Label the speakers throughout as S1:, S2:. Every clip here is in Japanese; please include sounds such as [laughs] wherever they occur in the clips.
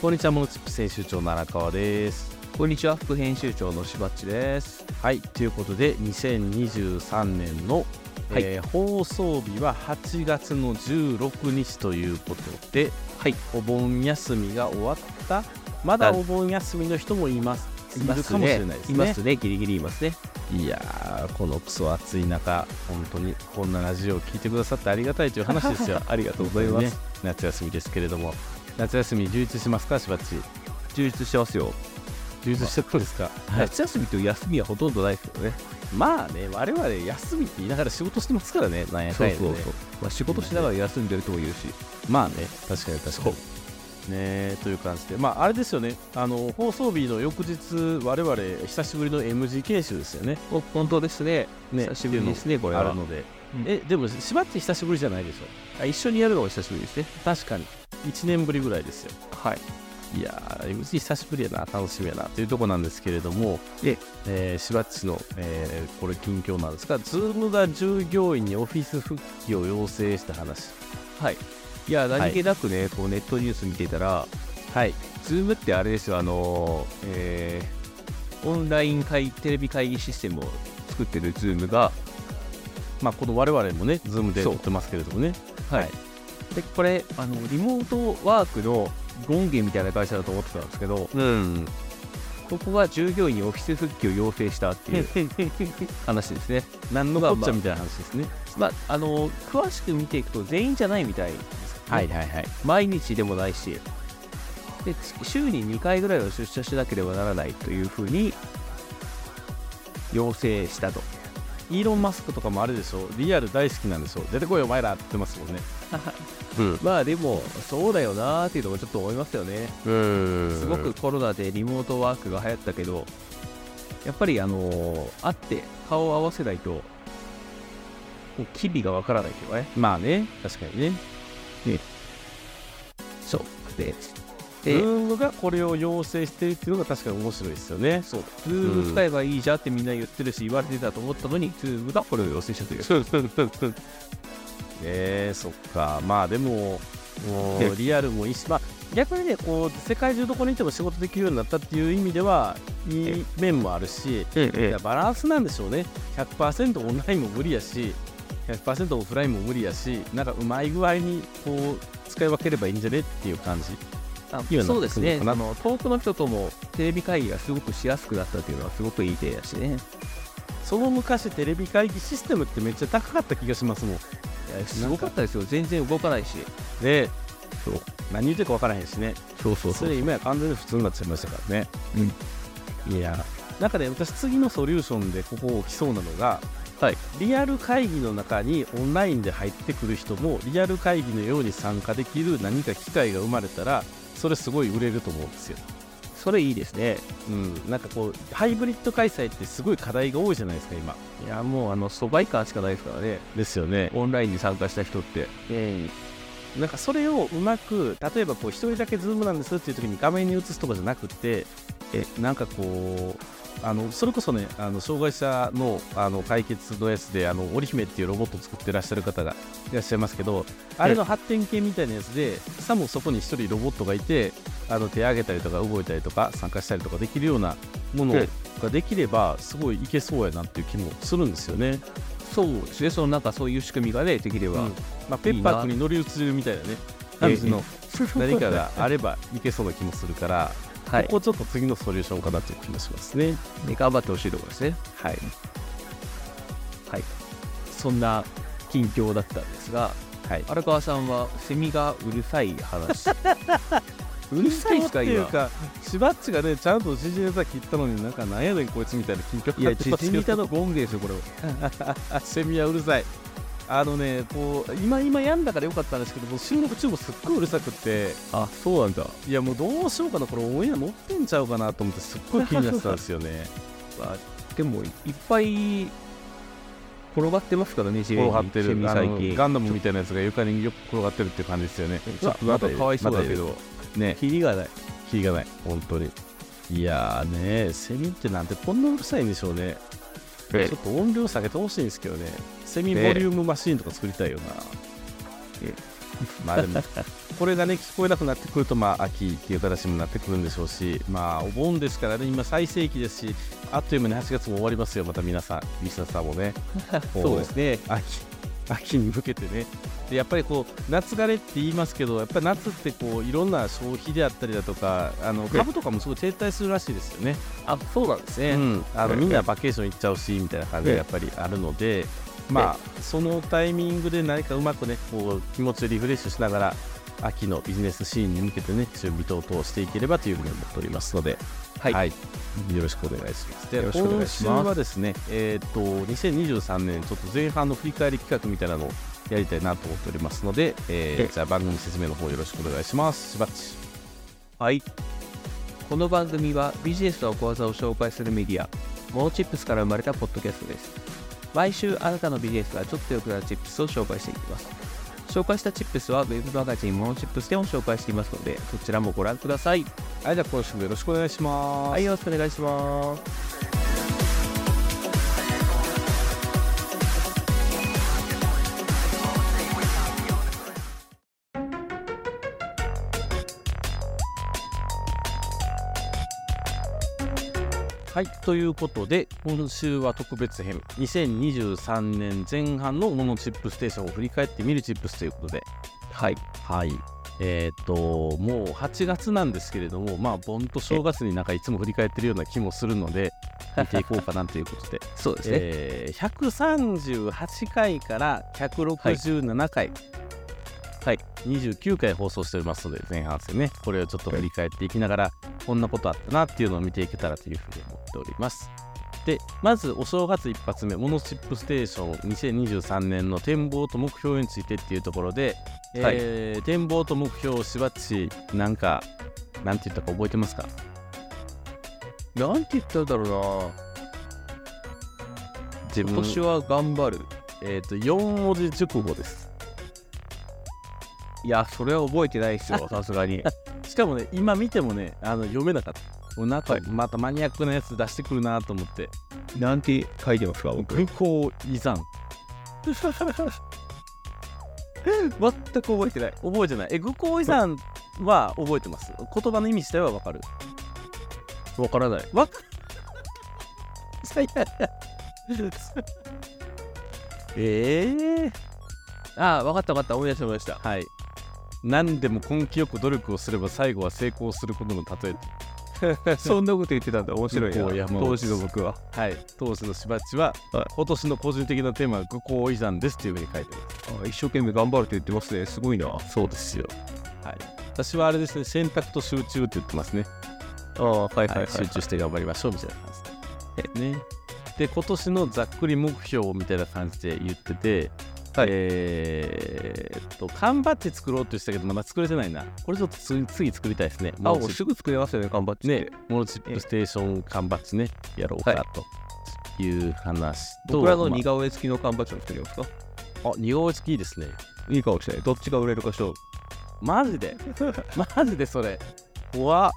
S1: こんにちはモノチップ編集長の荒川です
S2: こんにちは副編集長のしばっちです
S1: はいということで2023年の、
S2: はい
S1: えー放送日は8月の16日ということで
S2: はい
S1: お盆休みが終わったまだ
S2: あ
S1: お盆休みの人もいますいるかもしれないですね
S2: いますねギリギリいますね
S1: いやーこのクソ暑い中本当にこんなラジオを聞いてくださってありがたいという話です [laughs] よありがとうございま
S2: 本
S1: す、
S2: 当にね
S1: 夏休みですけれども夏休み充実しますかしばっち
S2: 充実してますよ、
S1: 充実してるんですか、はい
S2: 夏休みという休みはほとんどないですけどね
S1: まあね我々休みって言いながら仕事してますからねなんやかんやでね
S2: まあ、仕事しながら休んでるとも言うし、
S1: まあね確かに確かにねという感じでまああれですよねあの放送日の翌日我々久しぶりの MGK 集ですよね
S2: お本当ですね
S1: ね
S2: 久しぶりですねこれ
S1: あ
S2: は
S1: るので、
S2: うん
S1: えでもしばっち久しぶりじゃないでしょ
S2: あ一緒にやるのが久しぶりですね
S1: 確かに1年ぶりぐらいですよ
S2: はい
S1: いやー MC 久しぶりやな楽しみやなというとこなんですけれども
S2: え
S1: えーしばっちの、えーこれ近況なんですが Zoom が従業員にオフィス復帰を要請した話
S2: はいいや
S1: い
S2: 何気なくね、こうネットニュース見てたら
S1: はい
S2: ズームってあれですよあのーえーオンライン会テレビ会議システムを作ってるズームが
S1: まあこの我々もね Zoom で
S2: そ
S1: 撮
S2: う
S1: ってますけれどもね
S2: はい、
S1: はい
S2: でこれあのリモートワークの権限みたいな会社だと思ってたんですけど
S1: うん
S2: ここが従業員にオフィス復帰を要請したっていう話ですね
S1: 何のこっちゃみたいな話ですね、
S2: まああの詳しく見ていくと全員じゃないみたいです、
S1: はいはいはい
S2: 毎日でもないしで週に2回ぐらいは出社しなければならないというふうに要請したと
S1: イーロン・マスクとかもあれでしょリアル大好きなんでしょ出てこいお前らって言ってますも
S2: [laughs]
S1: んねうん
S2: まあでもそうだよなーっていうのもちょっと思いますよね
S1: す
S2: すごくコロナでリモートワークが流行ったけどやっぱりあのー会って顔を合わせないともう機微がわからないというかね
S1: まあね確かにね
S2: そうで
S1: ズ
S2: で
S1: ームがこれを要請してるっていうのが確かに面白いですよね
S2: そう Zoom 使えばいいじゃんってみんな言ってるし言われてたと思ったのに Zoom がこれを要請したという
S1: えー、そっかまあでももう
S2: ね
S1: リアルもいいし、まあ、逆にねこう世界中どこにいても仕事できるようになったっていう意味ではいい面もあるしいやバランスなんでしょうね100%オンラインも無理やし100%オフラインも無理やしなんかうまい具合にこう使い分ければいいんじゃねっていう感じ
S2: あ
S1: いうような
S2: そうですね
S1: こ
S2: あ
S1: とかな
S2: の遠くの人ともテレビ会議がすごくしやすくなったというのはすごくいい点だしね
S1: その昔テレビ会議システムってめっちゃ高かった気がしますもん
S2: すごかったですよ全然動かないし
S1: で
S2: そう
S1: 何言ってるか分からへんしね
S2: そうそう
S1: それ今や完全に普通になっちゃいましたからね、いやなんかね私次のソリューションでここを来そうなのが、
S2: はい
S1: リアル会議の中にオンラインで入ってくる人もリアル会議のように参加できる何か機会が生まれたらそれすごい売れると思うんですよ、
S2: それいいですね
S1: うん、なんかこうハイブリッド開催ってすごい課題が多いじゃないですか今
S2: いやもうあの疎外感しかないですからね
S1: ですよね
S2: オンラインに参加した人って
S1: なんかそれをうまく例えばこう一人だけズームなんですっていう時に画面に映すとかじゃなくてえなんかこうあのそれこそねあの障害者のあの解決のやつであの織姫っていうロボットを作ってらっしゃる方がいらっしゃいますけどあれの発展系みたいなやつでさもそこに一人ロボットがいてあの手上げたりとか動いたりとか参加したりとかできるようなもの
S2: え
S1: ができればすごいいけそうやなっていう気もするんですよね。
S2: そうですねそのなんかそういう仕組みがねできれば、
S1: うんまあ、ペッパー君に乗り移るみたいなね感じの
S2: [laughs]
S1: 何かがあればいけそうな気もするから、
S2: はい
S1: ここちょっと次のソリューションかなという気もしますね。
S2: ね頑張ってほしいところですね
S1: はい、
S2: はいそんな近況だったんですが
S1: はい、
S2: 荒川さんはセミがうるさい
S1: [laughs]
S2: 話
S1: う
S2: るさいっすか
S1: っていうか、しばっちがね、ちゃんと時事ネタ切ったのに、なんかなんやねん、こいつみたいな緊張
S2: いや実にいたのゴングですよこれは
S1: あセミはうるさい。あのね、こう今、今やんだからよかったんですけど、もう収録中もすっごいうるさくって、
S2: あそうなんだ
S1: いや、もうどうしようかな、これ、オンエア乗ってんちゃうかなと思って、すっごい気になってたんですよね。
S2: まあ、でもいっぱい転がってますからね、地面
S1: 転
S2: に
S1: がって
S2: セミ
S1: る、あ
S2: 最
S1: の
S2: 近。
S1: ガンダムみたいなやつが床によく転がってるって感じですよね。
S2: ちょっとまたかわいそうだけど、
S1: ね、
S2: キリがない。
S1: キリがない、本当に。いやーね、セミってなんてこんなうるさいんでしょうね。ちょっと音量下げてほしいんですけどね。セミボリュームマシーンとか作りたいよな。まあでも [laughs] これがね聞こえなくなってくるとまあ秋っていう形にもなってくるんでしょうしまあお盆ですからね今最盛期ですしあっという間に8月も終わりますよまた皆さんリスナーさん
S2: [laughs]
S1: もね
S2: そうですね。
S1: 秋秋に向けてねでやっぱりこう夏枯れって言いますけどやっぱり夏ってこういろんな消費であったりだとかあの株とかもすごい停滞するらしいですよね。
S2: あ、そうなんですね。
S1: うん、あの
S2: ええ
S1: みんなバケーション行っちゃうしみたいな感じ
S2: え
S1: が
S2: え
S1: やっぱりあるので、まあ、そのタイミングで何かうまくねこう気持ちをリフレッシュしながら秋のビジネスシーンに向けてね準備等々していければというふうに思っておりますので、
S2: はい
S1: よろしくお願いします。で
S2: よろしくお願いします
S1: 今週はですね、えー、と2023年ちょっと前半の振り返り企画みたいなのをやりたいなと思っておりますので、えー
S2: ええ
S1: じゃあ番組説明の方よろしくお願いします。しばっち
S2: はい。この番組はビジネスの小技を紹介するメディア、モノチップスから生まれたポッドキャストです。毎週あなたのビジネスがちょっと良くなるチップスを紹介していきます。紹介したチップスはウェブマガジンモノチップスでも紹介していますので、そちらもご覧ください。
S1: はい、じゃあ今週もよろしくお願いします。
S2: はい、よろしくお願いします。
S1: はい、ということで今週は特別編2023年前半のモノチップステーションを振り返ってみるチップスということで
S2: はい。
S1: はいえー、ともう8月なんですけれどもまあ盆と正月になんかいつも振り返ってるような気もするので見ていこうかなということで
S2: そうですね。
S1: えー、138回から167回、はい29回放送しておりますので前半戦ねこれをちょっと振り返っていきながらこんなことあったなっていうのを見ていけたらというふうに思っておりますでまずお正月一発目「モノチップステーション2023年の展望と目標について」っていうところで、
S2: はい
S1: えー展望と目標をしばっちなんかなんて言ったか覚えてますか
S2: なんて言ったんだろ
S1: 自
S2: うな。今
S1: 分
S2: 年は頑張る。
S1: えっ、と4文字熟語です
S2: いや、それは覚えてないですよ、さすが [laughs] に。
S1: しかもね、今見てもね、あの読めなかった。もうなんか
S2: はい
S1: またマニアックなやつ出してくるなと思って、
S2: なんて書いてますか、
S1: 軍港遺 [laughs] 産。
S2: 全く覚えてない。
S1: 覚えてない。え、軍港遺産は覚えてます。言葉の意味自体はわかる。
S2: わからない。
S1: わか最悪。 [laughs] ええ
S2: ああ、わかったわかった、思い出しました。
S1: はい。何でも根気よく努力をすれば最後は成功することの例え。
S2: そんなこと言ってたんだ、面白い
S1: 向こう
S2: な。
S1: 山
S2: 当時の僕は。
S1: はい。当時のしばっちは、
S2: はい
S1: 今年の個人的なテーマは愚行遺産ですっていうふうに書いてます。
S2: あ一生懸命頑張ると言ってますね。すごいな。あ
S1: そうですよ。はい。私はあれですね、選択と集中って言ってますね。
S2: あ、はいはいは。
S1: はいい、集中して頑張りましょうみたいな感じで。ね。で、今年のざっくり目標みたいな感じで言ってて、
S2: はい
S1: えーっと、缶バッジ作ろうって言ってたけど、まだ作れてないな。これちょっと次次作りたいですね。
S2: あ、
S1: モノ
S2: もう
S1: チッ
S2: すぐ作れますよね、頑張って。
S1: プね、モノチップステーション缶バッジね、やろうか
S2: は
S1: という話と、
S2: 僕らの
S1: ま
S2: 似顔絵付きの缶バッジを作りますか
S1: あ、あ似顔絵付きいいですね。
S2: いい顔して、どっちが売れるかしょ
S1: マジ [laughs] でマジでそれ。怖っ。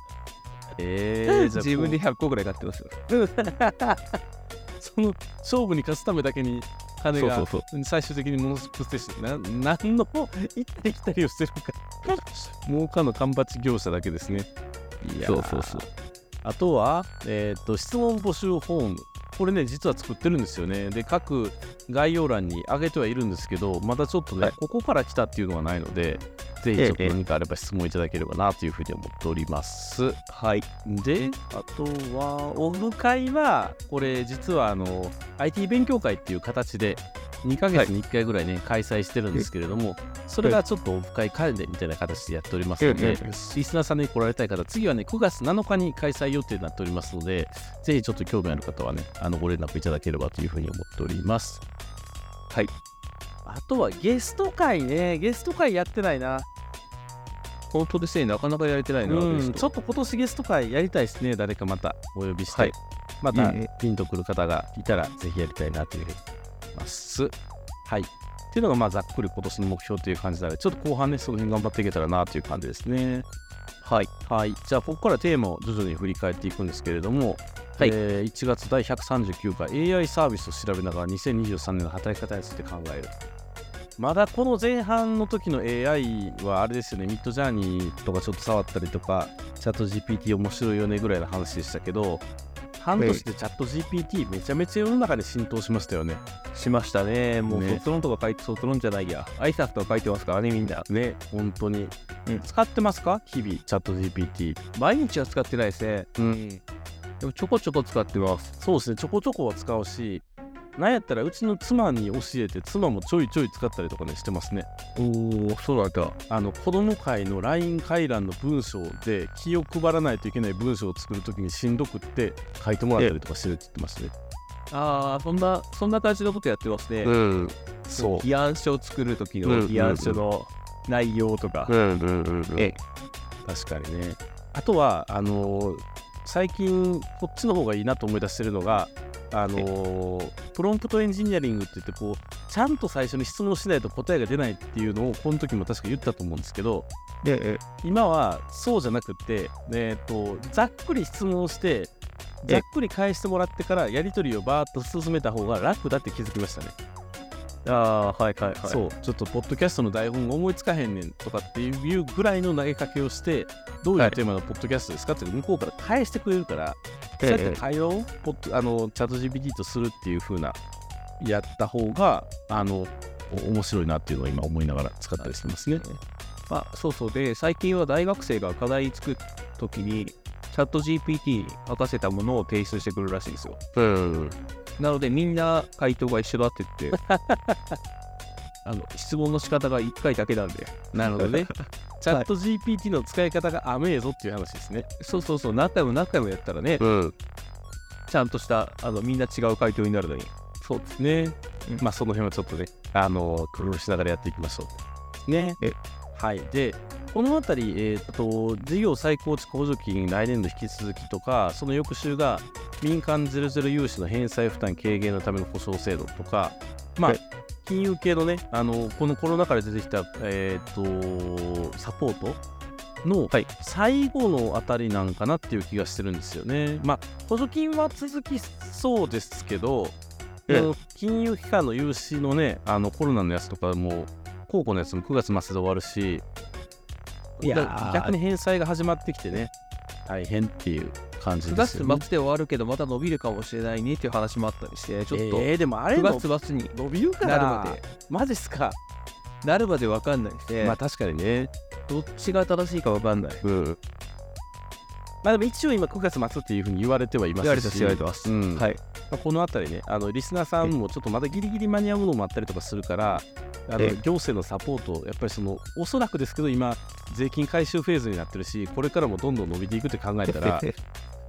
S1: えー、じゃあ
S2: 自分で100個ぐらい買ってますよ。
S1: その勝負に勝つためだけに金が
S2: そうそう
S1: 最終的にモノスプステーションな何の行ったり来たりをしてるか [laughs] 儲かの缶バッチ業者だけですねいや
S2: そ
S1: ー
S2: うそうそう
S1: あとは、えー、と質問募集フォームこれね実は作ってるんですよねで各概要欄に上げてはいるんですけどまだちょっとね、
S2: はい
S1: ここから来たっていうのはないのでぜひちょっと
S2: ええ
S1: 何かあれば質問いただければなというふうに思っております、
S2: はい。
S1: であとはオフ会はこれ実はあの IT 勉強会っていう形で2ヶ月に1回ぐらいね、開催してるんですけれどもそれがちょっとオフ会関連みたいな形でやっておりますの
S2: え
S1: で
S2: えええ
S1: リスナーさんに来られたい方次はね9月7日に開催予定になっておりますのでぜひちょっと興味ある方はねあのご連絡いただければというふうに思っております
S2: はい
S1: あとはゲスト会ねゲスト会やってないな
S2: 本当ですね、なかなかやれてないな。
S1: う
S2: ベ
S1: ん、
S2: ス
S1: ち
S2: ト
S1: ょっと今年ゲスト会やりたいですね、誰かまたお呼びして、
S2: はい
S1: また
S2: いいね
S1: ピンとくる方がいたら、ぜひやりたいなというふうに思います。はい。っていうのが、まあ、ざっくり今年の目標という感じなので、ちょっと後半ね、その辺頑張っていけたらなという感じですね。はい。はい。じゃあ、ここからテーマを徐々に振り返っていくんですけれども、
S2: はい
S1: えー1月第139回 AI サービスを調べながら2023年の働き方について考える。まだこの前半の時の AI はあれですよね、ミッドジャーニーとかちょっと触ったりとか、チャット GPT 面白いよねぐらいの話でしたけど、半年でチャット GPT めちゃめちゃ世の中で浸透しましたよね。
S2: しましたね。もう
S1: ね
S2: 卒論とか書いて、卒論じゃないや。挨拶とか書いてますからね、みんな。
S1: ね、本当に。
S2: うん
S1: 使ってますか日々、チャット GPT。
S2: 毎日は使ってないですね。
S1: うん。
S2: でもちょこちょこ使ってます。
S1: そうですね、ちょこちょこは使うし、なんやったらうちの妻に教えて、妻もちょいちょい使ったりとかね、してますね。
S2: おお、そうなんだ。
S1: あの子供会の LINE 回覧の文章で気を配らないといけない文章を作るときにしんどくって書いてもらったりとかしてるって言ってましたね。
S2: ああ、そんな、そんな感じのことやってますね。
S1: ん、
S2: 議案書を作る時
S1: うんうん
S2: の
S1: うん
S2: 議案書の内容とか。
S1: んうんうん
S2: んえ
S1: 確かにね。あとはあのー最近こっちの方がいいなと思い出してるのが、あのープロンプトエンジニアリングって言ってこうちゃんと最初に質問しないと答えが出ないっていうのをこの時も確か言ったと思うんですけど、
S2: で、
S1: 今はそうじゃなくて、えー、とざっくり質問をして
S2: え
S1: ざっくり返してもらってからやり取りをバーッと進めた方が楽だって気づきましたね、
S2: ああー、はいはいはい。
S1: そうちょっとポッドキャストの台本思いつかへんねんとかっていうぐらいの投げかけをしてどうい
S2: は
S1: う
S2: い
S1: テーマのポッドキャストですかって向こうから返してくれるから、
S2: ええ
S1: そうやって会話をポッドあのチャット GPT とするっていう風なやった方があのお面白いなっていうのを今思いながら使ったりしてますね、
S2: まあ、そうそうで最近は大学生が課題作るときにチャット GPT に任せたものを提出してくるらしいんですよ
S1: うん
S2: なのでみんな回答が一緒だって [laughs] 言ってあの質問の仕方が1回だけなんで
S1: なるほど
S2: [laughs]
S1: ねチャット GPT の使い方が甘えぞっていう話ですね。
S2: そうそうそう何回も何回もやったらね
S1: うん。
S2: ちゃんとしたあのみんな違う回答になるのに
S1: そうですね。
S2: うん
S1: まあその辺はちょっとね、あの工夫しながらやっていきましょう。ね。
S2: え
S1: はい。で、このあたり、えっ、と、事業再構築補助金来年度引き続きとか、その翌週が民間ゼロゼロ融資の返済負担軽減のための保証制度とか、まあ
S2: え、
S1: 金融系のね、あのこのコロナ禍で出てきた、えー、とサポートの
S2: はい
S1: 最後のあたりなんかなっていう気がしてるんですよね。まあ、補助金は続きそうですけど、
S2: ええ
S1: あの金融機関の融資のね、あのコロナのやつとかも、高校のやつも9月末で終わるし、
S2: いやー
S1: だから逆に返済が始まってきてね、大変っていう感じ
S2: 9
S1: で
S2: 月
S1: す
S2: 末で
S1: よ、ね。
S2: 終わるけどまた伸びるかもしれないねっていう話もあったりしてちょっと
S1: えーでもあれの
S2: 9月末に
S1: 伸びるか
S2: な
S1: な
S2: るまで
S1: マジっすか、
S2: なるまで分かんないですね、
S1: まあ確かにね。
S2: どっちが正しいか分かんない
S1: うん。まあでも一応今9月末っていうふうに言われてはいますし、
S2: 言われてます言われてます、
S1: うん
S2: はい
S1: まあこのあたりね、あのリスナーさんもちょっとまだギリギリ間に合うものもあったりとかするから、あの
S2: ええ
S1: 行政のサポート、やっぱりそのおそらくですけど、今、税金回収フェーズになってるし、これからもどんどん伸びていくって考え
S2: [laughs]
S1: たら、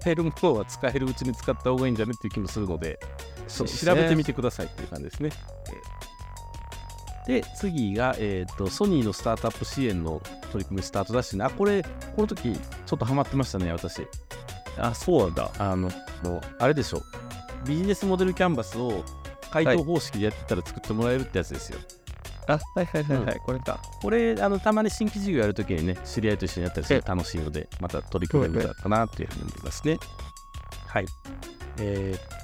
S1: ヘルムフォーは使えるうちに使った方がいいんじゃねっていう気もするので、
S2: そうです
S1: 調
S2: ね
S1: べてみてくださいっていう感じですね。で、次が、えー、とソニーのスタートアップ支援の取り組みスタートダッシュね、あ、これ、この時ちょっとハマってましたね、私。
S2: あそうなんだ
S1: あの、もうあれでしょ、ビジネスモデルキャンバスを回答方式でやってたら作ってもらえるってやつですよ。
S2: あはいはいはいはい、これか
S1: これ、あのたまに新規事業やるときにね、知り合いと一緒にやったりすると楽しいので、また取り組んでみたらかなというふうに思いますね。はい。えー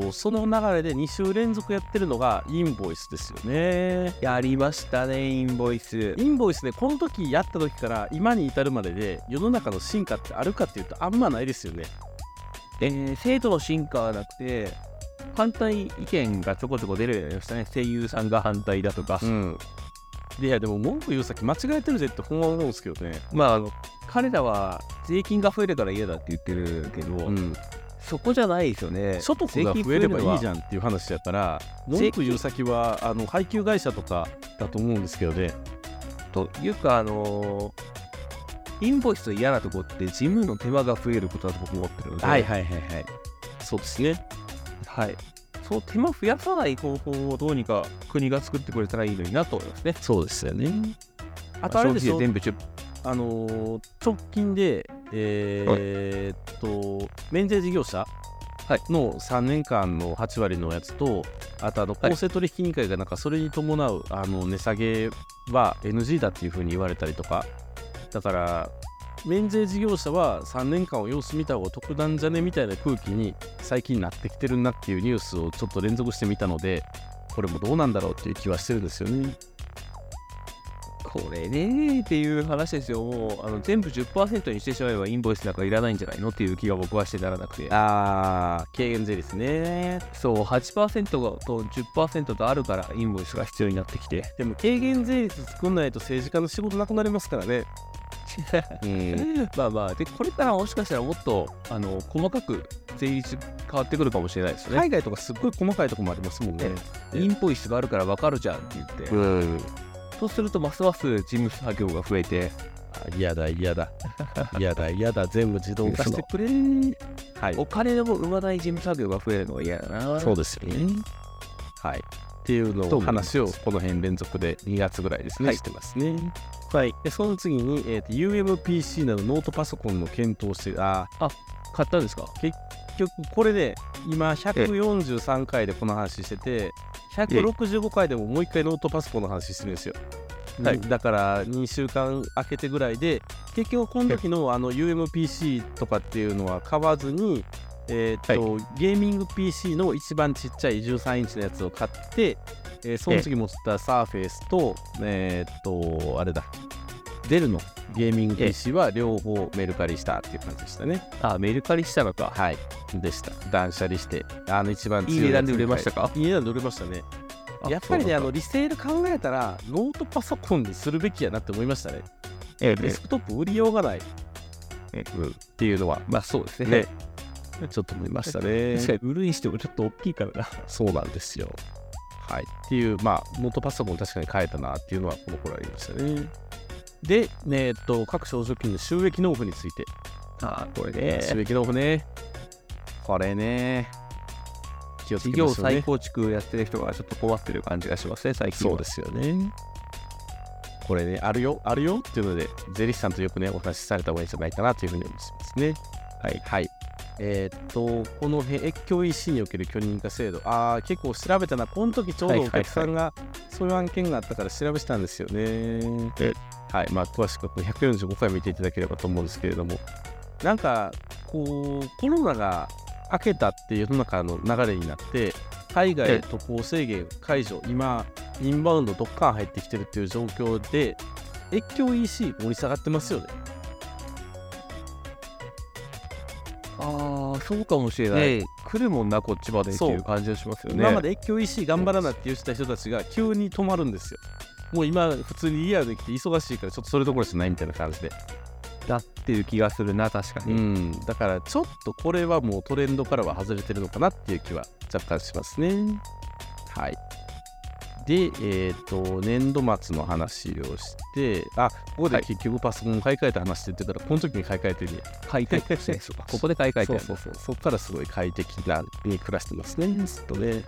S1: っと、その流れで2週連続やってるのが、インボイスですよね。
S2: やりましたねインボイス
S1: インボイスね、この時やった時から今に至るまでで、世の中の進化ってあるかっていうと、あんまないですよね。
S2: えー、制度の進化はなくて反対意見がちょこちょこ出るようになりましたね声優さんが反対だとか、
S1: ん。いや、でも文句言う先間違えてるぜってほんま思うんですけどね。
S2: まああの彼らは税金が増えるから嫌だって言ってるけど、
S1: ん、
S2: そこじゃないですよね
S1: 所得が増えればいいじ
S2: ん
S1: ゃんっていう話やから
S2: 税金
S1: 文句言う先はあの配給会社とかだと思うんですけどね
S2: というかあのーインボイスの嫌なとこって事務の手間が増えることだと僕思ってるので、
S1: はいはいはいそうですね
S2: はい、その手間増やさない方法をどうにか国が作ってくれたらいいのになと思いますね。
S1: そうですよねあ
S2: あ
S1: と
S2: とあ
S1: あれ
S2: れで
S1: で
S2: すす
S1: よ
S2: よ、全部10
S1: あのー直近でえーっと免税事業者
S2: はい
S1: の3年間の8割のやつとあとあの
S2: はい
S1: 公正取引委員会がなんかそれに伴うあの値下げは NG だっていうふうに言われたりとかだから免税事業者は3年間を様子見た方が得なんじゃねみたいな空気に最近なってきてるなっていうニュースをちょっと連続してみたのでこれもどうなんだろうっていう気はしてるんですよね。
S2: これねっていう話ですよ。もう、あの全部10%にしてしまえばインボイスなんかいらないんじゃないのっていう気が僕はしてならなくて。
S1: あー、軽減税ですね。
S2: そう、8%と10%とあるからインボイスが必要になってきて。
S1: でも軽減税率作んないと政治家の仕事なくなりますからね。 [laughs] うん。
S2: まあまあ、で、これからもしかしたらもっと、あの、細かく税率変わってくるかもしれないですね。
S1: 海外とかすっごい細かいとこもありますもんね。
S2: インボイスがあるから分かるじゃんって言って。
S1: うん。
S2: そうすると、ますます事務作業が増えて、
S1: 嫌だ、嫌だ。嫌だ、嫌だ。全部自動
S2: 動
S1: 化
S2: か
S1: し
S2: し
S1: [laughs]
S2: てて。くれる
S1: はい
S2: お金を生まない事務作業が増えるのは嫌だな。
S1: そうですよね。はい。っていうの
S2: と
S1: を
S2: 思います
S1: 話をこの辺連続で2月ぐらいですね、
S2: はい
S1: してますね。はい。で、その次に、えーと UMPC などノートパソコンの検討をして、あ
S2: 買ったんですか
S1: ー結局これで今143回でこの話してて、165回でももう一回ノートパソコンの話してるんですよ。
S2: はい
S1: だから2週間空けてぐらいで結局この時のあの UMPC とかっていうのは買わずに、えーっとゲーミング PC の一番ちっちゃい13インチのやつを買って、えーその次持ってたサーフェイスとえーっとあれだデルのゲーミング PC は両方メルカリしたっていう感じでしたね
S2: あ、メルカリしたのか。
S1: はいでした断捨離してあの一番
S2: い
S1: 強
S2: い
S1: い
S2: 値
S1: や
S2: 段
S1: つ
S2: で売れましたか
S1: いい値段で売れましたねやっぱりねあの、リセール考えたらノートパソコンにするべきやなって思いましたね
S2: え
S1: デスクトップ売りようがないっ
S2: え
S1: ていうのは
S2: まあそうですね。
S1: ねちょっと思いましたね
S2: [laughs] 確かに売るにしてもちょっと大きいからな。
S1: そうなんですよはいっていうまあノートパソコン確かに変えたなっていうのはこの頃ありましたねで、ねえっと各証書金の収益納付について、
S2: あこれ
S1: 収益納付ねこれね気をつ
S2: 事
S1: けま
S2: 業
S1: しょうね
S2: 再構築やってる人がちょっと困ってる感じがしますね、最近
S1: そう
S2: は。
S1: ですよね。これね、あるよ、あるよっていうので、税理士さんとよくね、お話しされた方がいいんじゃないかなというふうに思いますね。はい。はい。えーっと、この辺、越境 EC における許認可制度。ああ、結構調べたな。この時ちょう
S2: はい
S1: ど
S2: は
S1: お
S2: いはい
S1: 客さんが、そういう案件があったから調べしたんですよね。
S2: え
S1: はい。まあ、詳しくはこの145回見ていただければと思うんですけれども、なんか、こう、コロナが明けたっていう世の中の流れになって、海
S2: ええ
S1: 外渡航制限解除、今、インバウンドドッカン入ってきてるっていう状況で、越境 EC 盛り下がってますよね。
S2: ああ、そうかもしれない。来るもんな、こっちまでっていう感じがしますよね。
S1: 今まで越境 EC 頑張らなって言ってた人たちが急に止まるんですよ。もう今、普通にリアルで来て忙しいから、ちょっとそれどころじゃないみたいな感じで。
S2: だっていう気がするな、確か
S1: う
S2: に。
S1: ん、だからちょっとこれはもうトレンドからは外れてるのかなっていう気は若干しますね。はい。で、えっ、と、年度末の話をして、あ、ここで
S2: はい
S1: 結局パソコン買い替えた話って言ってたら、この時に買い替えてね。
S2: 買い替え
S1: [laughs]
S2: てます [laughs] ねそうかここで買い替えて
S1: そう
S2: る
S1: そうそう。そこからすごい快適なに暮らしてますね、ずっとね。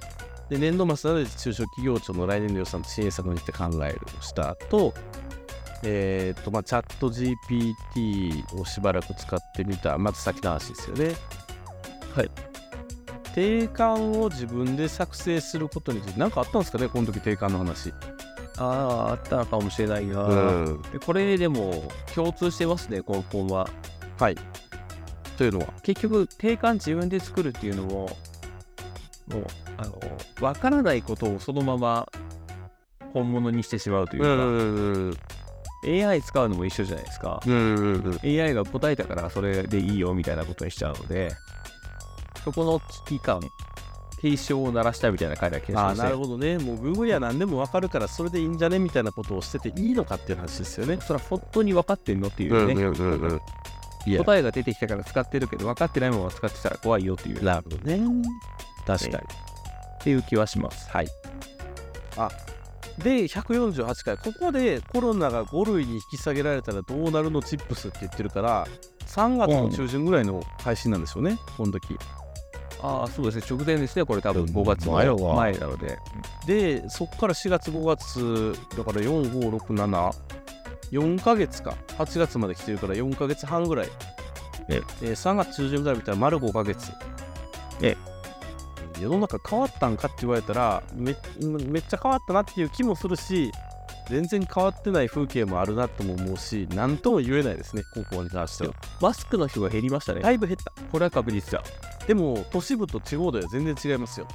S1: で、年度末なので中小企業庁の来年度予算と支援策について考えるをした後、えっ、と、まあ、チャット GPT をしばらく使ってみた、まず先の話ですよね。
S2: はい。
S1: 定款を自分で作成することについて、なんかあったんですかね、この時定款の話。
S2: ああ、あったのかもしれないな。
S1: うん。
S2: でこれでも共通してますね、根本は。
S1: はい。というのは、
S2: 結局定款自分で作るっていうのももうあの分からないことをそのまま本物にしてしまうというか、
S1: ん。
S2: AI 使うのも一緒じゃないですか、
S1: うん。
S2: AI が答えたからそれでいいよみたいなことにしちゃうのでそこの危機感警鐘を鳴らしたみたいな回だけ
S1: あーなる
S2: ほ
S1: ほどね、もう Google は何でも分かるから、それでいいんじゃねみたいなことをしてていいのかっていう話ですよね。
S2: それは本当に分かってんのっていうね、
S1: いや
S2: 答えが出てきたから使ってるけど分かってないまま使ってたら怖いよっていう
S1: なるほどね。確かに。
S2: っていう気はします
S1: はい。あで、148回、ここでコロナが5類に引き下げられたらどうなるのチップスって言ってるから、3月の中旬ぐらいの配信なんですよね、この時
S2: ああそうですね直前ですねこれ多分
S1: うん
S2: 5月
S1: 前
S2: の
S1: は
S2: 前なので
S1: で、そこから4月、5月、だから4、5、6、7、4ヶ月か、8月まで来てるから4ヶ月半ぐらい。
S2: え
S1: えー3月中旬ぐらい見たら丸5ヶ月。
S2: え
S1: 世の中変わったんかって言われたらめ、めっちゃ変わったなっていう気もするし、全然変わってない風景もあるなとも思うし、なんとも言えないですね、高校に関しては。
S2: マスクの人が減りましたね。
S1: だいぶ減った。
S2: これは確実だ。
S1: でも、都市部と地方では全然違いますよ。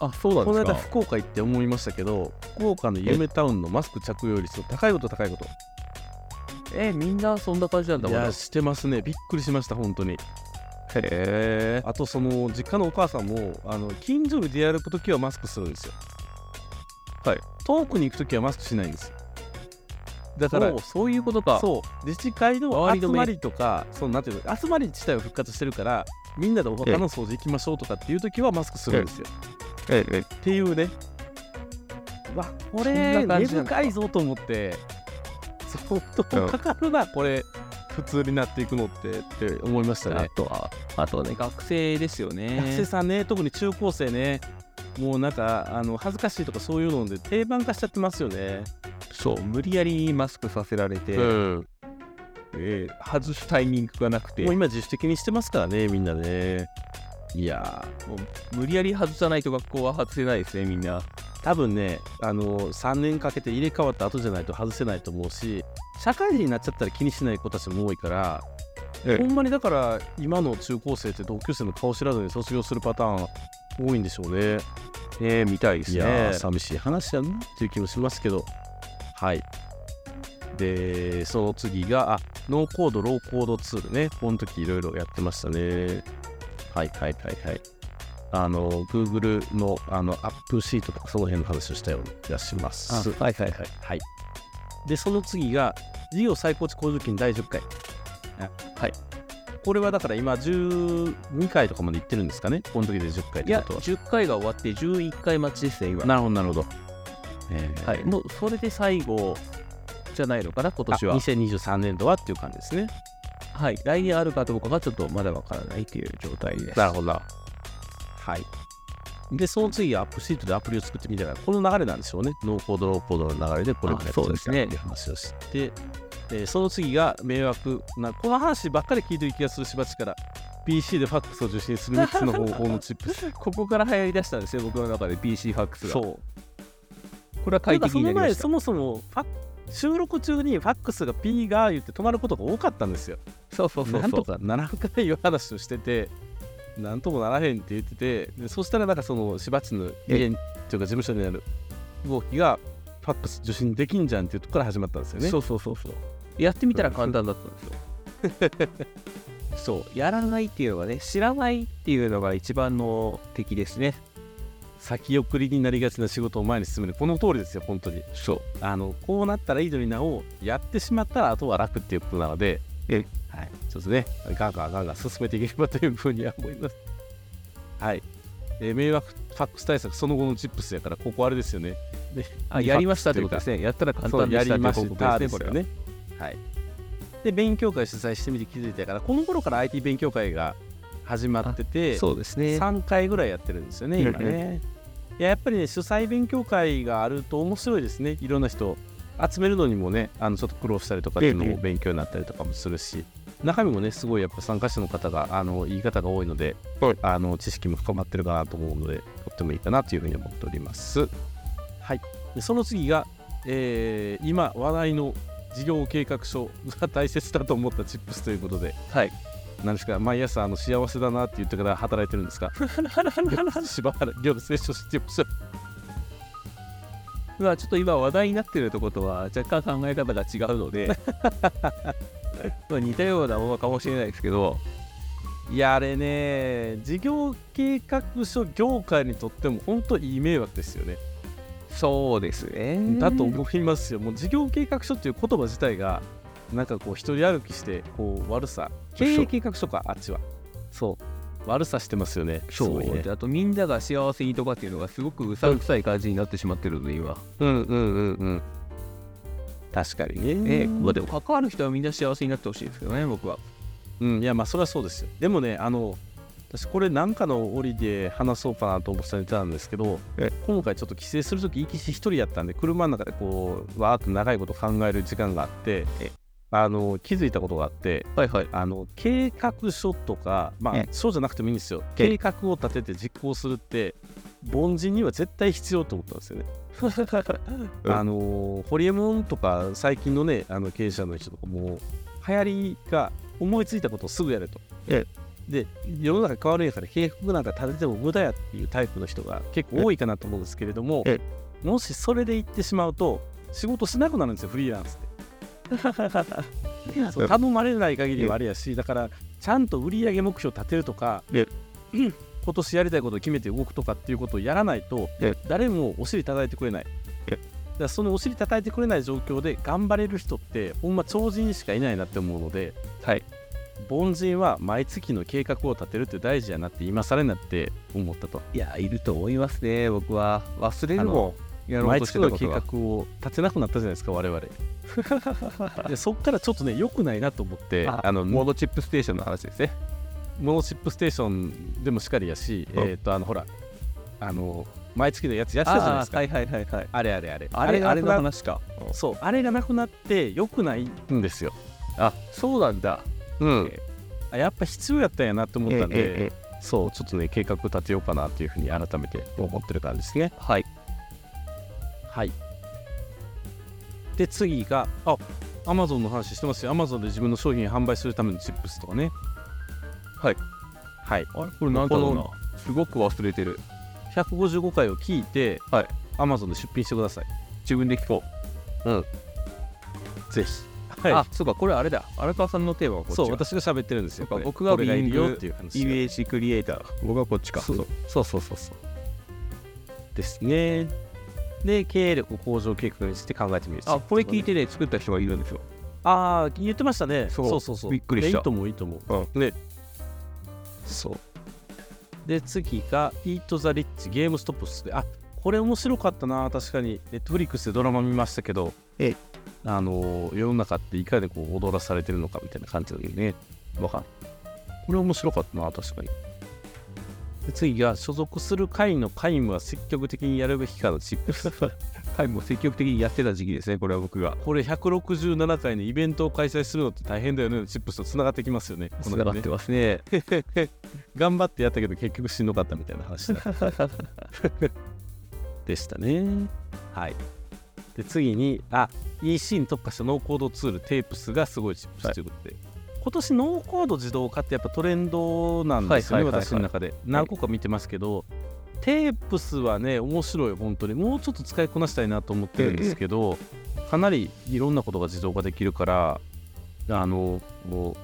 S2: あ、そう
S1: この
S2: なんで
S1: 間
S2: すか。
S1: 福岡行って思いましたけど福岡の夢タウンのマスク着用率の高いこと高いこと
S2: え、みんなそんな感じなんだ
S1: い
S2: まだ
S1: やしてますねびっくりしました本当に
S2: へえ。
S1: あとその実家のお母さんもあの近所で歩く時はマスクするんですよ
S2: はい
S1: 遠くに行く時はマスクしないんですよだから
S2: おうそういうことか。
S1: そう自治会の
S2: 周り
S1: 集
S2: の目
S1: まりとかそのなんていうの集まり自体は復活してるからみんなでお墓の掃除行きましょうとかっていう時はマスクするんですよ
S2: ええ
S1: っていうねわこ
S2: そ
S1: れ
S2: んな感
S1: 根
S2: じなんだ
S1: 深いぞと思って相当かかるなこれ普通になっていくのってって思いました
S2: あ
S1: ね
S2: とは、あとはね、学生ですよね。
S1: 学生さんね特に中高生ねもうなんかあの恥ずかしいとかそういうので定番化しちゃってますよね、
S2: そう、無理やりマスクさせられて、
S1: ん、
S2: えー外すタイミングがなくて
S1: もう、今自主的にしてますからねみんなねいやー
S2: もう無理やり外さないと学校は外せないですね、みんな。
S1: 多分ねあの3年かけて入れ替わった後じゃないと外せないと思うし社会人になっちゃったら気にしない子たちも多いから、
S2: ええ
S1: ほんまにだから今の中高生って同級生の顔知らずに卒業するパターン多いんでしょうね。
S2: えー、見たいで
S1: い
S2: す
S1: やー
S2: ね。
S1: 寂しい話だなっていう気もしますけどはい。でその次があノーコードローコードツールねこの時いろいろやってましたね。はいはいはいはい。あの Google のあの App シートとかその辺の話をしたような気がします。
S2: あはいはいはい。
S1: はい。で、その次が、事業最高値向上金第10回。あはい。これはだから今、12回とかまで行ってるんですかね、この時で10回っ
S2: い
S1: て
S2: や、
S1: ことは。
S2: 10回が終わって11回待ちですね、今。
S1: なるほど、なるほど。えー
S2: はい、もうそれで最後じゃないのかな、今
S1: あ
S2: 年は。
S1: 2023年度はっていう感じですね。
S2: はい、来年あるかどうかがちょっとまだわからないという状態です。
S1: ほど。はい。で、その次、アップシートでアプリを作ってみたら、この流れなんでしょうね。ノーコード、ローコードの流れでこれをやってみた
S2: あそうですね
S1: っていう話をして、えーその次が迷惑な、この話ばっかり聞いてる気がするしばっちから、PC でファックスを受信する3つの方法のチップス。
S2: ここから流行り出したんですよ、僕の中で PC ファックスが。。
S1: そうう。
S2: これは快
S1: なんか
S2: 適
S1: そ
S2: にな
S1: の
S2: りま
S1: 前、
S2: した
S1: そ。もそもファッ収録中にファックスが P が言って止まることが多かったんですよ。
S2: そうそうそう
S1: なん
S2: そ
S1: と
S2: う。
S1: か7回いう話をしてて、なんともならへんって言ってて、でそしたらなんかそのしばちの家にというか事務所にある動きが、ファックス受信できんじゃんっていうとこから始まったんですよね。
S2: そうそうそうそう。やってみたら簡単だったんですよ。 [laughs] そう、やらないっていうのがね、知らないっていうのが一番の敵ですね。
S1: 先送りになりがちな仕事を前に進める、この通りですよ、本当に。
S2: そう。
S1: あのこうなったらいいのになをやってしまったら、あとは楽っていうことなので、
S2: え
S1: はい、ちょっとね、ガンガンガンガン進めていければというふうには思います。はい、えー迷惑ファックス対策、その後のチップスやから、ここあれですよね。
S2: あ、やりましたってことですね。やったら簡
S1: そう
S2: 単で
S1: や
S2: した
S1: り
S2: って
S1: ま
S2: いう報
S1: し
S2: 告
S1: た
S2: で
S1: です
S2: ね、
S1: す
S2: これ
S1: よ
S2: は。
S1: ね。はい、で勉強会主催してみて気づいたからこの頃から IT 勉強会が始まってて
S2: そうですね。
S1: 3回ぐらいやってるんですよね
S2: うんうん
S1: 今ね。いややっぱりね主催勉強会があると面白いですねいろんな人集めるのにもねあのちょっと苦労したりとかっていうの
S2: え
S1: も
S2: え
S1: 勉強になったりとかもするし中身もねすごいやっぱ参加者の方があの言い方が多いので、
S2: はい
S1: あの知識も深まってるかなと思うのでとってもいいかなというふうに思っております。はい、でその次が、えー今話題の事業計画書が大切だと思ったチップスということで
S2: はい。
S1: 何ですか毎朝あの幸せだなって言ってから働いてるんですか柴原亮の聖書してまし
S2: まあちょっと今話題になっているところとは若干考え方が違うの [laughs] でまあ似たようなものかもしれないですけど
S1: いやあれね事業計画書業界にとっても本当いい迷惑ですよね
S2: そうですね
S1: だと思いますよもう事業計画書っていう言葉自体がなんかこう一人歩きしてこう悪さ経営計画書かあっちはそう悪さしてますよねす
S2: そう
S1: ごいね
S2: であとみんなが幸せにとかっていうのがすごくうさんくさい感じになってしまってるので今
S1: うんうんうんうん確かにね
S2: ええまあでも関わる人はみんな幸せになってほしいですけどね僕は
S1: うん、いやまあそれはそうですよでもねあの私これなんかの折で話そうかなと思ってたネタなんですけど
S2: え
S1: 今回ちょっと帰省する時行きし一人やったんで車の中でこうわーっと長いこと考える時間があって
S2: え
S1: あの気づいたことがあって
S2: はいはい
S1: あの計画書とかまあ
S2: え
S1: そうじゃなくてもいいんですよ
S2: え
S1: 計画を立てて実行するって凡人には絶対必要と思ったんですよね
S2: [laughs] うん
S1: あのーホリエモンとか最近のねあの経営者の人とかも流行りが思いついたことをすぐやれと
S2: え
S1: で世の中変わるんやから警告なんか立てても無駄やっていうタイプの人が結構多いかなと思うんですけれども
S2: え
S1: もしそれで行ってしまうと仕事しなくなるんですよフリーランスってそう頼まれない限りはあれやしだからちゃんと売上目標立てるとか
S2: え
S1: うん今年やりたいことを決めて動くとかっていうことをやらないと
S2: え
S1: 誰もお尻叩いてくれない
S2: え
S1: だからそのお尻叩いてくれない状況で頑張れる人ってほんま超人しかいないなって思うので
S2: はい
S1: 凡人は毎月の計画を立てるって大事やなって今更になって思ったと
S2: いやいると思いますね僕は忘れるもんやろう
S1: 毎
S2: とし
S1: 月
S2: てた
S1: の
S2: こ
S1: 計
S2: とが
S1: 画を立てなくなったじゃないですか我々
S2: [laughs]
S1: でそっからちょっとね良くないなと思って
S2: あ
S1: あの
S2: モードチップステーションの話ですね
S1: モノシップステーションでもしかりやし、
S2: うん
S1: えっとあのほらあの毎月のやつやってたじゃない
S2: あ
S1: ですかあ,、
S2: はいはいはいはい
S1: れあれあれ
S2: あれ
S1: が
S2: あれの
S1: なくな
S2: 話か
S1: そうあれがなくなって良くないんですよ、
S2: あそうなんだ
S1: うん
S2: え
S1: あやっぱ必要やったんやなって思ったんで、
S2: えええ
S1: そうちょっとね計画立てようかなっていうふうに改めて思ってる感じですね
S2: はい
S1: はい。で、次が、あアマゾンの話してますよ。アマゾンで自分の商品販売するためのチップスとかね。
S2: はい。
S1: はい。
S2: あれこれ
S1: なんだろうな
S2: なすごく忘れてる
S1: 155回を聞いて、
S2: はい
S1: アマゾンで出品してください。
S2: 自分で聞こ
S1: ぜひ。
S2: う、
S1: はい。
S2: あそうかこれあれだ荒川さんのテーマはこっち
S1: そう、
S2: か
S1: 私が喋ってるんですよ。
S2: そうか
S1: これ
S2: 僕が
S1: これいる
S2: ビーイン
S1: よ
S2: グ
S1: っていう話
S2: イメ
S1: が
S2: ージクリエイター僕はこっちか
S1: そう
S2: そう
S1: そうそうそうそう。ですね。で、経営力向上計画について考えてみる。
S2: あこれ聞い
S1: て
S2: てね作った人がいるんですよ
S1: ああ、言ってましたね。
S2: そう
S1: そうそうそう。
S2: びっくりした
S1: いやいいと思う、いいと思う。ね。そう。で、次が、イート・ザ・リッチ、ゲームストップスで、あこれ面白かったな、確かに。ネットフリックスでドラマ見ましたけど、
S2: ええ
S1: あのー世の中っていかにこう踊らされてるのかみたいな感じだよね。わかる。これ面白かったな、確かに。で次が、所属する会の会務は積極的にやるべきかのチップス。
S2: はいもう積極的にやってた時期ですねこれは僕が
S1: これ167回にイベントを開催するのって大変だよねのチップスとつながってきますよね。こ
S2: 繋
S1: の
S2: がっ
S1: 辺ね
S2: てますね
S1: 頑張ってやったけど結局しんどかったみたいな話だでした
S2: [laughs]
S1: ね。はい。で次に、あ EC に特化したノーコードツール、テープスがすごいチップスということで、今年ノーコード自動化ってやっぱトレンドなんですよね、
S2: はいはいはいはい
S1: 私の中で。何個か見てますけど、テープスはね、面白い、本当に。もうちょっと使いこなしたいなと思ってるんですけど、かなりいろんなことが自動化できるから、あの、もう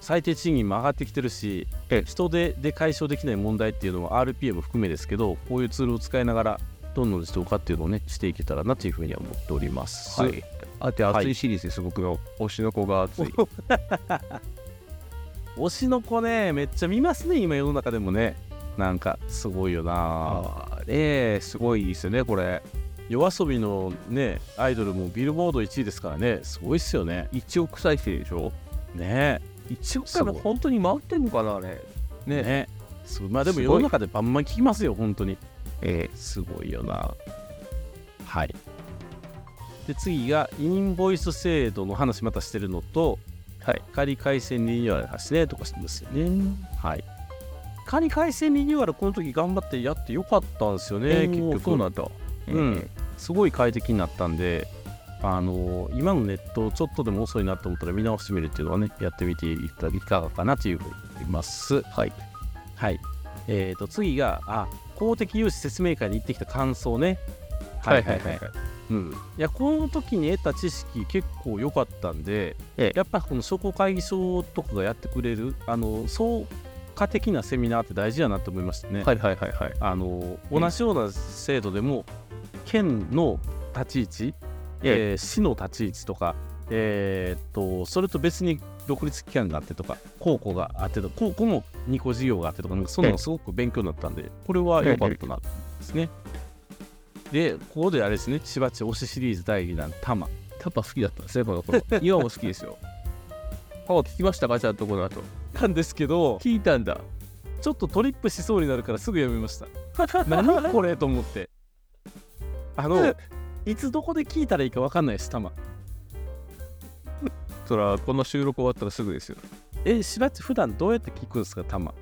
S1: 最低賃金も上がってきてるし
S2: ええ、
S1: 人手で解消できない問題っていうのは RPA も含めですけど、こういうツールを使いながら、どんどん自動化っていうのをね、していけたらなというふうには思っております。
S2: はい。 [laughs] あて熱いシリーズです、僕の推しの子が [laughs] 熱い
S1: 推しの子ね、めっちゃ見ますね、今世の中でもね。なんか、すごいよな
S2: あれすごいですよねこれ
S1: 夜遊びのね、アイドルもビルボード1位ですからね、すごいっすよね。
S2: 1億再生でしょ
S1: ね
S2: 1億
S1: す
S2: 回
S1: ごい
S2: も本当に回ってんのかなあれ
S1: え。ねえ。すごいまあでも
S2: す
S1: 世
S2: ごい
S1: の中でバンバン聞きますよ、本当に。
S2: え
S1: すごいよな。はい。で、次が、インボイス制度の話またしてるのと、
S2: はい、
S1: 仮回線リニューアルの話ね、とかしてますよね。はい。仮回線リニューアル、この時頑張ってやってよかったんですよ
S2: え
S1: ね、結
S2: 結
S1: 局。
S2: 局そうなんだ
S1: うんすごい快適になったんで、あの今のネット、ちょっとでも遅いなと思ったら見直してみるっていうのはね、やってみていただいかがかなというふうに思います。
S2: はい
S1: はい。えー、と、次が、あ、公的融資説明会に行ってきた感想ね。うん、いやこの時に得た知識結構良かったんで、
S2: ええ
S1: やっぱこの商工会議所とかがやってくれるあの総価的なセミナーって大事だなと思いましたね、
S2: はいはいはいはい
S1: あの同じような制度でも県の立ち位置、え
S2: え
S1: ー市の立ち位置とか、えーっとそれと別に独立機関があってとか高校があってとか高校も2個事業があってとかなんかそんなのすごく勉強になったんでこれは良かったなと思いますね。でここであれですね千葉地推しシリーズ第2弾「たま
S2: タパ好きだったんですねこの [laughs] 頃今も好きですよパパ聞きましたかちゃんとこの後」
S1: なんですけど
S2: 聞いたんだ
S1: ちょっとトリップしそうになるからすぐやめま [laughs] した。何これと思って。あのいつどこで聞いたらいいか分かんないです「たま」
S2: そらこの収録終わったらすぐですよ
S1: え、しばっち普段どうやって聞くんですか、たま。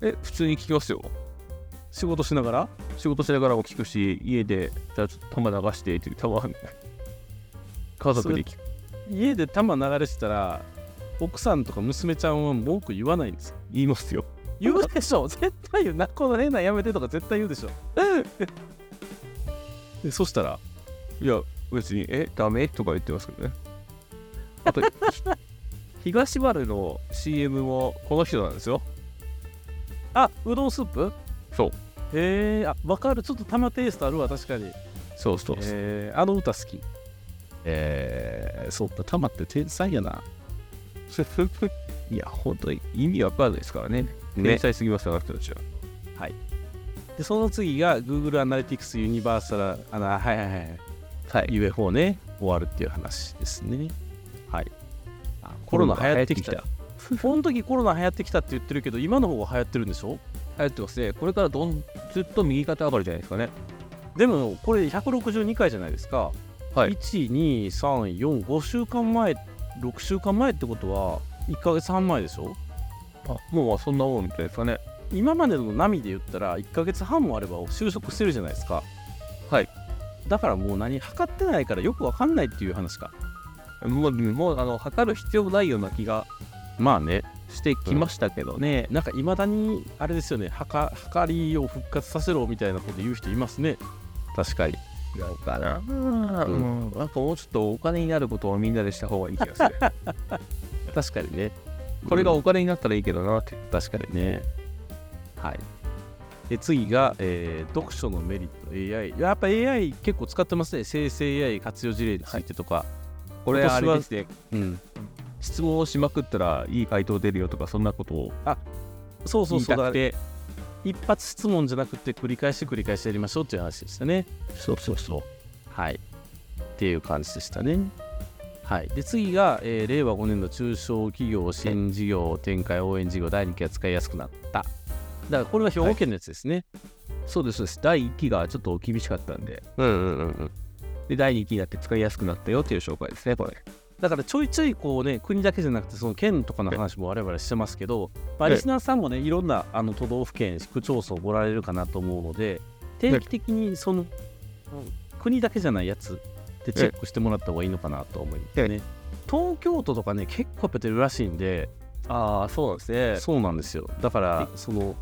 S2: え普通に聞きますよ
S1: 仕事しながら
S2: 仕事しながらも聞くし家でじゃあちょっと玉流してっていう玉家族で聞く
S1: 家でたま流れてたら、奥さんとか娘ちゃんは文句言わないんです
S2: 言いますよ。
S1: 言うでしょ絶対言うなこの変なやめてとか絶対言うでしょでそしたら
S2: いや、別に、え、ダメとか言ってますけどね。あ [laughs] と、東丸の CM もこの人なんですよ。 [laughs]
S1: あうどんスープ
S2: そう。
S1: へえあ分かるちょっと玉テイストあるわ確かに
S2: そうそうそう。
S1: えー、あの歌好きえー、そうか玉って天才やない
S2: や、本当に意味わかんないですからね。天才すぎますよ、あの人たちは。
S1: でその次が Google アナリティクスユニバーサルあのはいはいはい
S2: はい。
S1: UFO ね終わるっていう話ですねはいあコ
S2: コ
S1: ロ
S2: ロ
S1: ナ
S2: ナ流
S1: 流行
S2: 行
S1: っ
S2: ってて
S1: き
S2: き
S1: た
S2: た。
S1: [laughs] この時コロナ流行ってきたって言ってるけど今の方が流行ってるんでしょ
S2: 流行ってますね。これからどんずっと右肩上がりじゃないですかね。
S1: でもこれ162回じゃないですか、
S2: はい
S1: 12345週間前6週間前ってことは1ヶ月半前でしょ
S2: あもうまあそんなもんみたいですかね。
S1: 今までの波で言ったら1ヶ月半もあれば就職してるじゃないですか
S2: はい
S1: だからもう何測ってないからよくわかんないっていう話か
S2: もう、もうあの測る必要ないような気が
S1: まあね
S2: してきましたけどね。
S1: なんかいまだにあれですよねはかはかりを復活させろみたいなこと言う人いますね確かに
S2: なんかな、うん、なんかもうちょっとお金になることをみんなでした方がいい気がす [laughs] る。
S1: 確かにね
S2: これがお金になったらいいけどなって。
S1: 確かにねはいで次が、えー読書のメリット AI やっぱ AI 結構使ってますね生成 AI 活用事例についてとか、
S2: これ
S1: 今
S2: あ
S1: 年
S2: れ
S1: は
S2: ですね、
S1: うん
S2: 質問をしまくったらいい回答出るよとか、そんなことを
S1: そうそ
S2: 言
S1: う
S2: い
S1: そう
S2: た
S1: だ
S2: く
S1: って
S2: て。
S1: 一発質問じゃなくて繰り返し繰り返しやりましょうっていう話でしたね
S2: そうそうそう。
S1: はい。っていう感じでしたね。はい、で次が、えー令和5年度中小企業新事業展開応援事業第2期が使いやすくなった。だからこれは兵庫県のやつですね。
S2: そうです、そうです。第1期がちょっと厳しかったんで、
S1: うんうんうんうん。
S2: で第2期になって使いやすくなったよっていう紹介ですね、これ。
S1: だからちょいちょいこうね国だけじゃなくてその県とかの話も我々してますけど、まあ、
S2: ええ
S1: リスナーさんもねいろんなあの都道府県市区町村おられるかなと思うので定期的にその国だけじゃないやつでチェックしてもらった方がいいのかなと思いますね。東京都とかね結構やっぱ出るらしいんで
S2: ああ、そうなんです
S1: そうなんですよだからその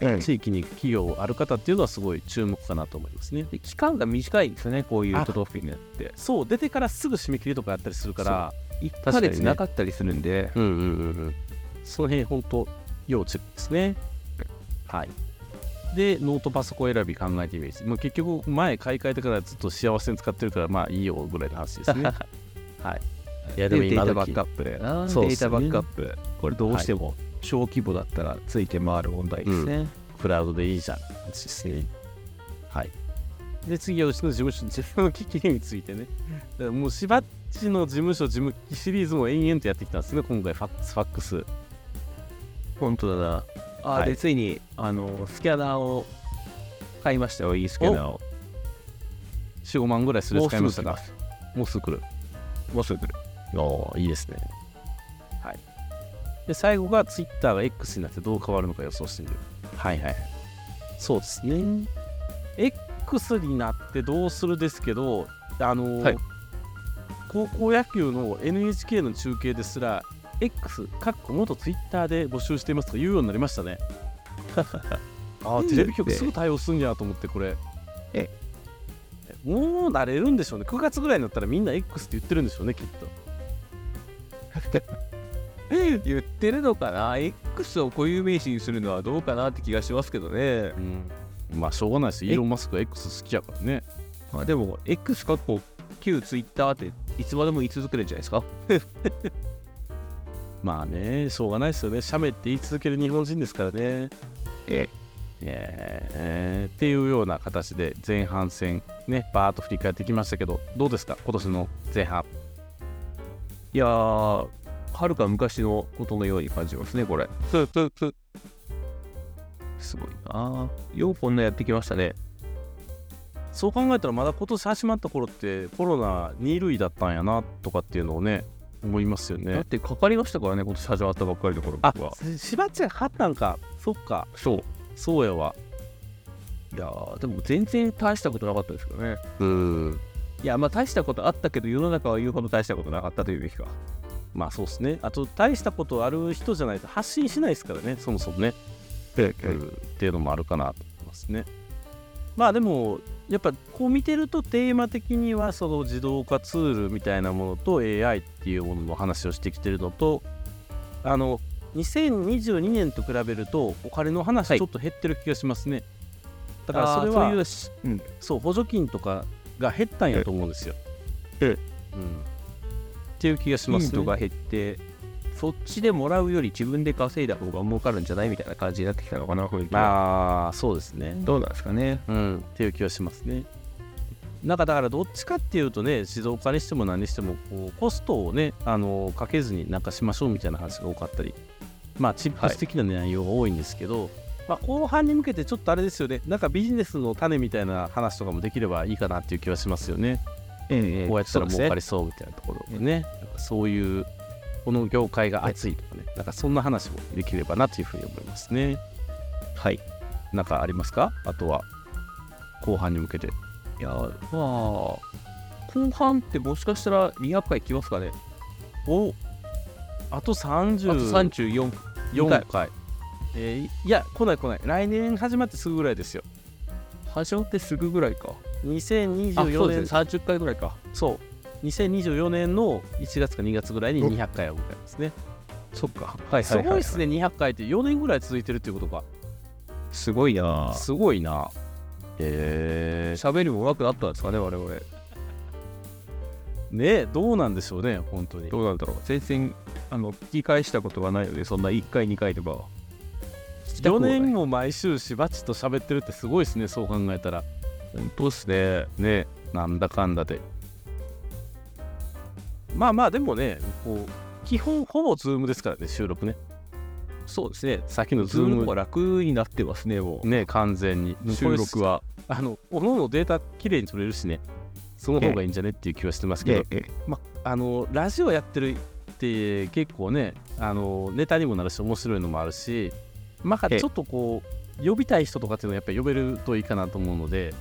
S2: ね。
S1: 地域に企業ある方っていうのはすごい注目かなと思いますね。
S2: で期間が短いんですよね、こういう都道府県になって。
S1: そう出てからすぐ締め切りとかやったりするから
S2: 1
S1: か
S2: ヶ
S1: にね
S2: 月なかったりするんで、
S1: うんうんうんうんその辺本当要チェックですねはいでノートパソコン選び考えてみるです、まあ、結局前買い替えてからずっと幸せに使ってるからまあいいよぐらいの話ですね [laughs] はいいやでも
S2: デー
S1: 今
S2: タバ
S1: 時
S2: ックアップな
S1: そうっすね
S2: データバックアップ。これどうしても小規模だったらついて回る問題ですね。
S1: クラウドでいいじゃんって話ですねはいで次はうちの事務所自分の機器についてねだからもうしばっちの事務所事務機シリーズも延々とやってきたんですね今回ファックスファックス
S2: 本当だな。あー、
S1: はい
S2: で、ついに、あの、スキャナーを買いましたよ、いいスキャナーを。
S1: 45万ぐらいする使いました
S2: もう
S1: か
S2: すぐ来
S1: もうすぐ来る
S2: ますもうすぐ来る。
S1: おいいですね。はい。で、最後が Twitter が X になってどう変わるのか予想してみる。はいはい。そうですね。X になってどうするですけど、あのー
S2: はい
S1: 高校野球の NHK の中継ですら、X、かっこ元 Twitter で募集していますとか言うようになりましたね。 [laughs] ああ、テレビ局すぐ対応すんやと思って、これ。
S2: え
S1: もう慣れるんでしょうね。9月ぐらいになったらみんな X って言ってるんでしょうね、きっと。
S2: 言ってるのかな ?X を固有名詞にするのはどうかなって気がしますけどね。
S1: まあしょうがないです。イ
S2: え
S1: ーロン・マスクが X 好きやからね。
S2: まあ、でも、X かっこ旧 Twitter っていつまでも言い続けるんじゃないですか
S1: まあね、しょうがないですよね。写メって言い続ける日本人ですからね。
S2: え
S1: えーっていうような形で前半戦ね、バーッと振り返ってきましたけど、どうですか、今年の前半。
S2: いやー、はるか昔のことのように感じますね、これ。すごいなー。ようこんなやってきましたね。
S1: そう考えたら、まだ今年始まった頃ってコロナ2類だったんやなとかっていうのをね、思いますよ
S2: だっ
S1: ね。
S2: てかかりましたからね、今年始まったばっかりの頃
S1: あ
S2: 僕は。、
S1: しばっちゃんはったんか。そっか、
S2: そう。
S1: そうやわ。
S2: いやー、でも全然大したことなかったですけどね。
S1: うん。
S2: いや、まあ大したことあったけど、世の中は言うほど大したことなかったというべきか。
S1: まあそうですね。あと、大したことある人じゃないと発信しないですからね、そもそもね。っていうのもあるかなと思いますね。まあでも、やっぱこう見てるとテーマ的にはその自動化ツールみたいなものと AI っていうものの話をしてきてるのと、あの、2022年と比べるとお金の話
S2: はい
S1: ちょっと減ってる気がしますね。だ
S2: だ
S1: からそれは
S2: そういうし、うん、
S1: そう補助金とかが減ったんやと思うんですよ。
S2: え
S1: うん、っていう気がしま
S2: 頻
S1: す
S2: 度
S1: ね。
S2: が減って、そっちでもらうより自分で稼いだ方が儲かるんじゃないみたいな感じになってきたのかな、雰囲気は
S1: まあそうですね。
S2: どうなんですかね。
S1: うん、っていう気はしますね。なんかだからどっちかっていうとね自動化にしても何にしてもこうコストをねあのかけずになんかしましょうみたいな話が多かったりまあチップス的な内容が多いんですけど、まあ、後半に向けてちょっとあれですよねなんかビジネスの種みたいな話とかもできればいいかなっていう気はしますよね。
S2: え
S1: こうやったら儲か
S2: り
S1: りそうみたいなところでね、なんかそういう、この業界が熱いとかね、なんかそんな話もできればなというふうに思いますね。はい。なんかありますかあとは、後半に向けて。
S2: いや、まあ、後半ってもしかしたら200回いきますかね。
S1: お
S2: あ
S1: あと
S2: と
S1: 34
S2: 34分。
S1: 回。えーいや、来ない来ない。来年始まってすぐぐらいですよ。
S2: 始まってすぐぐらいか。あ、そ
S1: 2024
S2: うで
S1: 年、
S2: すね。30回ぐらいか。
S1: そう。2024年の1月か2月ぐらいに200回を迎えますね。
S2: そっか。はい
S1: す
S2: はいはい、
S1: ごいですね、。200回って4年ぐらい続いてるっていうことか。
S2: すごいな。
S1: すごいな。え
S2: 喋りも上手くなったんですかね、我々。
S1: ー、ねえどうなんでしょうね、本当に。
S2: どうなんだろう。全然、あの、聞き返したことがないので、そんな1回、2回とかは。
S1: 4年も毎週しばちと喋ってるってすごいですね、そう考えたら。
S2: 本当っすね。
S1: ねなんだかんだで。まあまあ、でもね、こう、基本ほぼズームですからね、収録ね。
S2: そうですね。
S1: さっきのズ
S2: ズ
S1: ー
S2: ームの方が
S1: ム
S2: 楽になってますね、も
S1: ね、完全に
S2: う。。収録
S1: は。
S2: は。
S1: あの、おののデータ綺麗に取れるしね、その方がいいんじゃねっていう気はしてますけど。あのラジオやってるって結構ねあのネタにもなるし面白いのもあるしまあ
S2: ええ
S1: ちょっとこう呼びたい人とかっていうのはやっぱり呼べるといいかなと思うので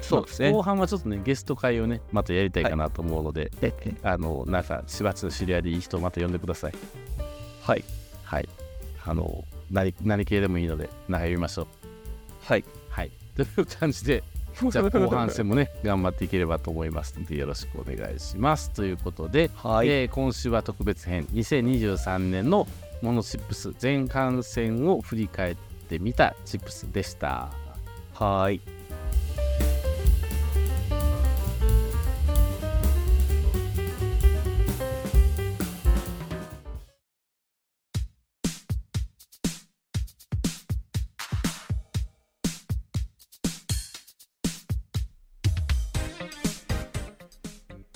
S2: そうですね
S1: まあ後半はちょっとねゲスト会をねまたやりたいかなと思うので、あのなんかしばちの知り合いでいい人をまた呼んでください
S2: はい。
S1: はいあの何何系でもいいので仲呼びましょう
S2: はい。
S1: はいという感じで [laughs] じゃあ後半戦
S2: [laughs]
S1: もね頑張っていければと思いますのでよろしくお願いしますということで
S2: はい。
S1: えー今週は特別編2023年のモノチップス全感染を振り返ってみたチップスでした。
S2: はい。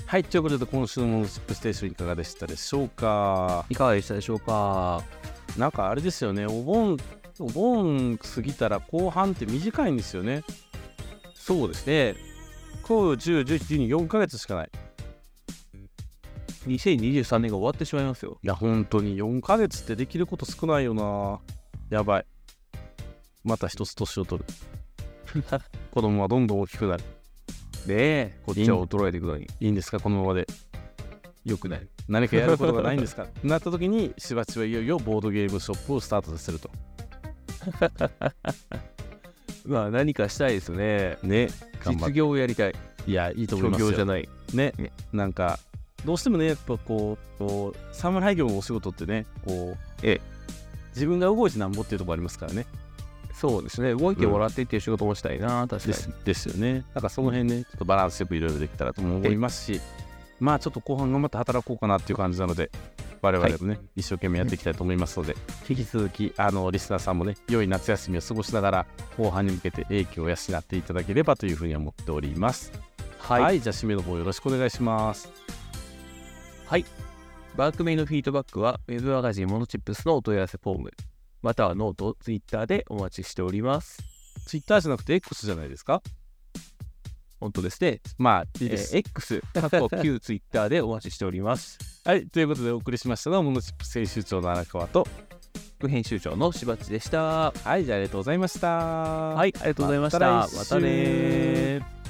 S1: はい、ということで今週のモノチップステーションいかがでしたでしょうか。
S2: いかがでしたでしょうか。
S1: なんかあれですよね、お盆、お盆過ぎたら後半って短いんですよね。
S2: そうですね。
S1: 9、10、11、12、4ヶ月しかない。
S2: 2023年が終わってしまいますよ。
S1: いや、本当に4ヶ月ってできること少ないよな。やばい。また一つ年を取る。 [laughs] 子供はどんどん大きくなる。
S2: ねえ、こっちは衰えていくのに。
S1: いいんですか、このま [laughs] まで。
S2: よくない。
S1: 何かやることがないんですかなった時にしばちはいよいよボードゲームショップをスタートさせると
S2: まあ、何かしたいですよね。
S1: ね頑張っ
S2: 実業をやりたい。
S1: いやいいと思
S2: 商
S1: います
S2: 業じゃ
S1: よ
S2: ない。
S1: ね
S2: ね
S1: なんかどうしてもねやっぱこうこう侍業のお仕事ってねこう
S2: ええ
S1: 自分が動いてなんぼっていうところありますからね
S2: そうですね。動いてもらってっていう仕事もしたいな、確
S1: で
S2: か
S1: すですよねなんかその辺ねちょっとバランスよくいろいろできたらとも思いますしまあちょっと後半頑張って働こうかなっていう感じなので我々もね、一生懸命やっていきたいと思いますので引き続きあのリスナーさんもね良い夏休みを過ごしながら後半に向けて英気を養っていただければというふうに思っておりますは
S2: に。
S1: い、。じゃあ締めの方よろしくお願いします
S2: はい。番組のフィードバックは、ウェブマガジンモノチップスのお問い合わせフォーム、またはノート、ツイッターでお待ちしております。
S1: Twitter じゃなくて X じゃないですか
S2: 本当ですね。
S1: まあい
S2: え
S1: いです、
S2: ー X、過去旧ツイッターでお待ちしております。
S1: はいということでお送りしましたのはモノチップ編集長の荒川と
S2: 副編集長のしばっちでした。
S1: はいじゃあありがとうございました
S2: はい、ありがとうございました。ま
S1: また来週
S2: たねー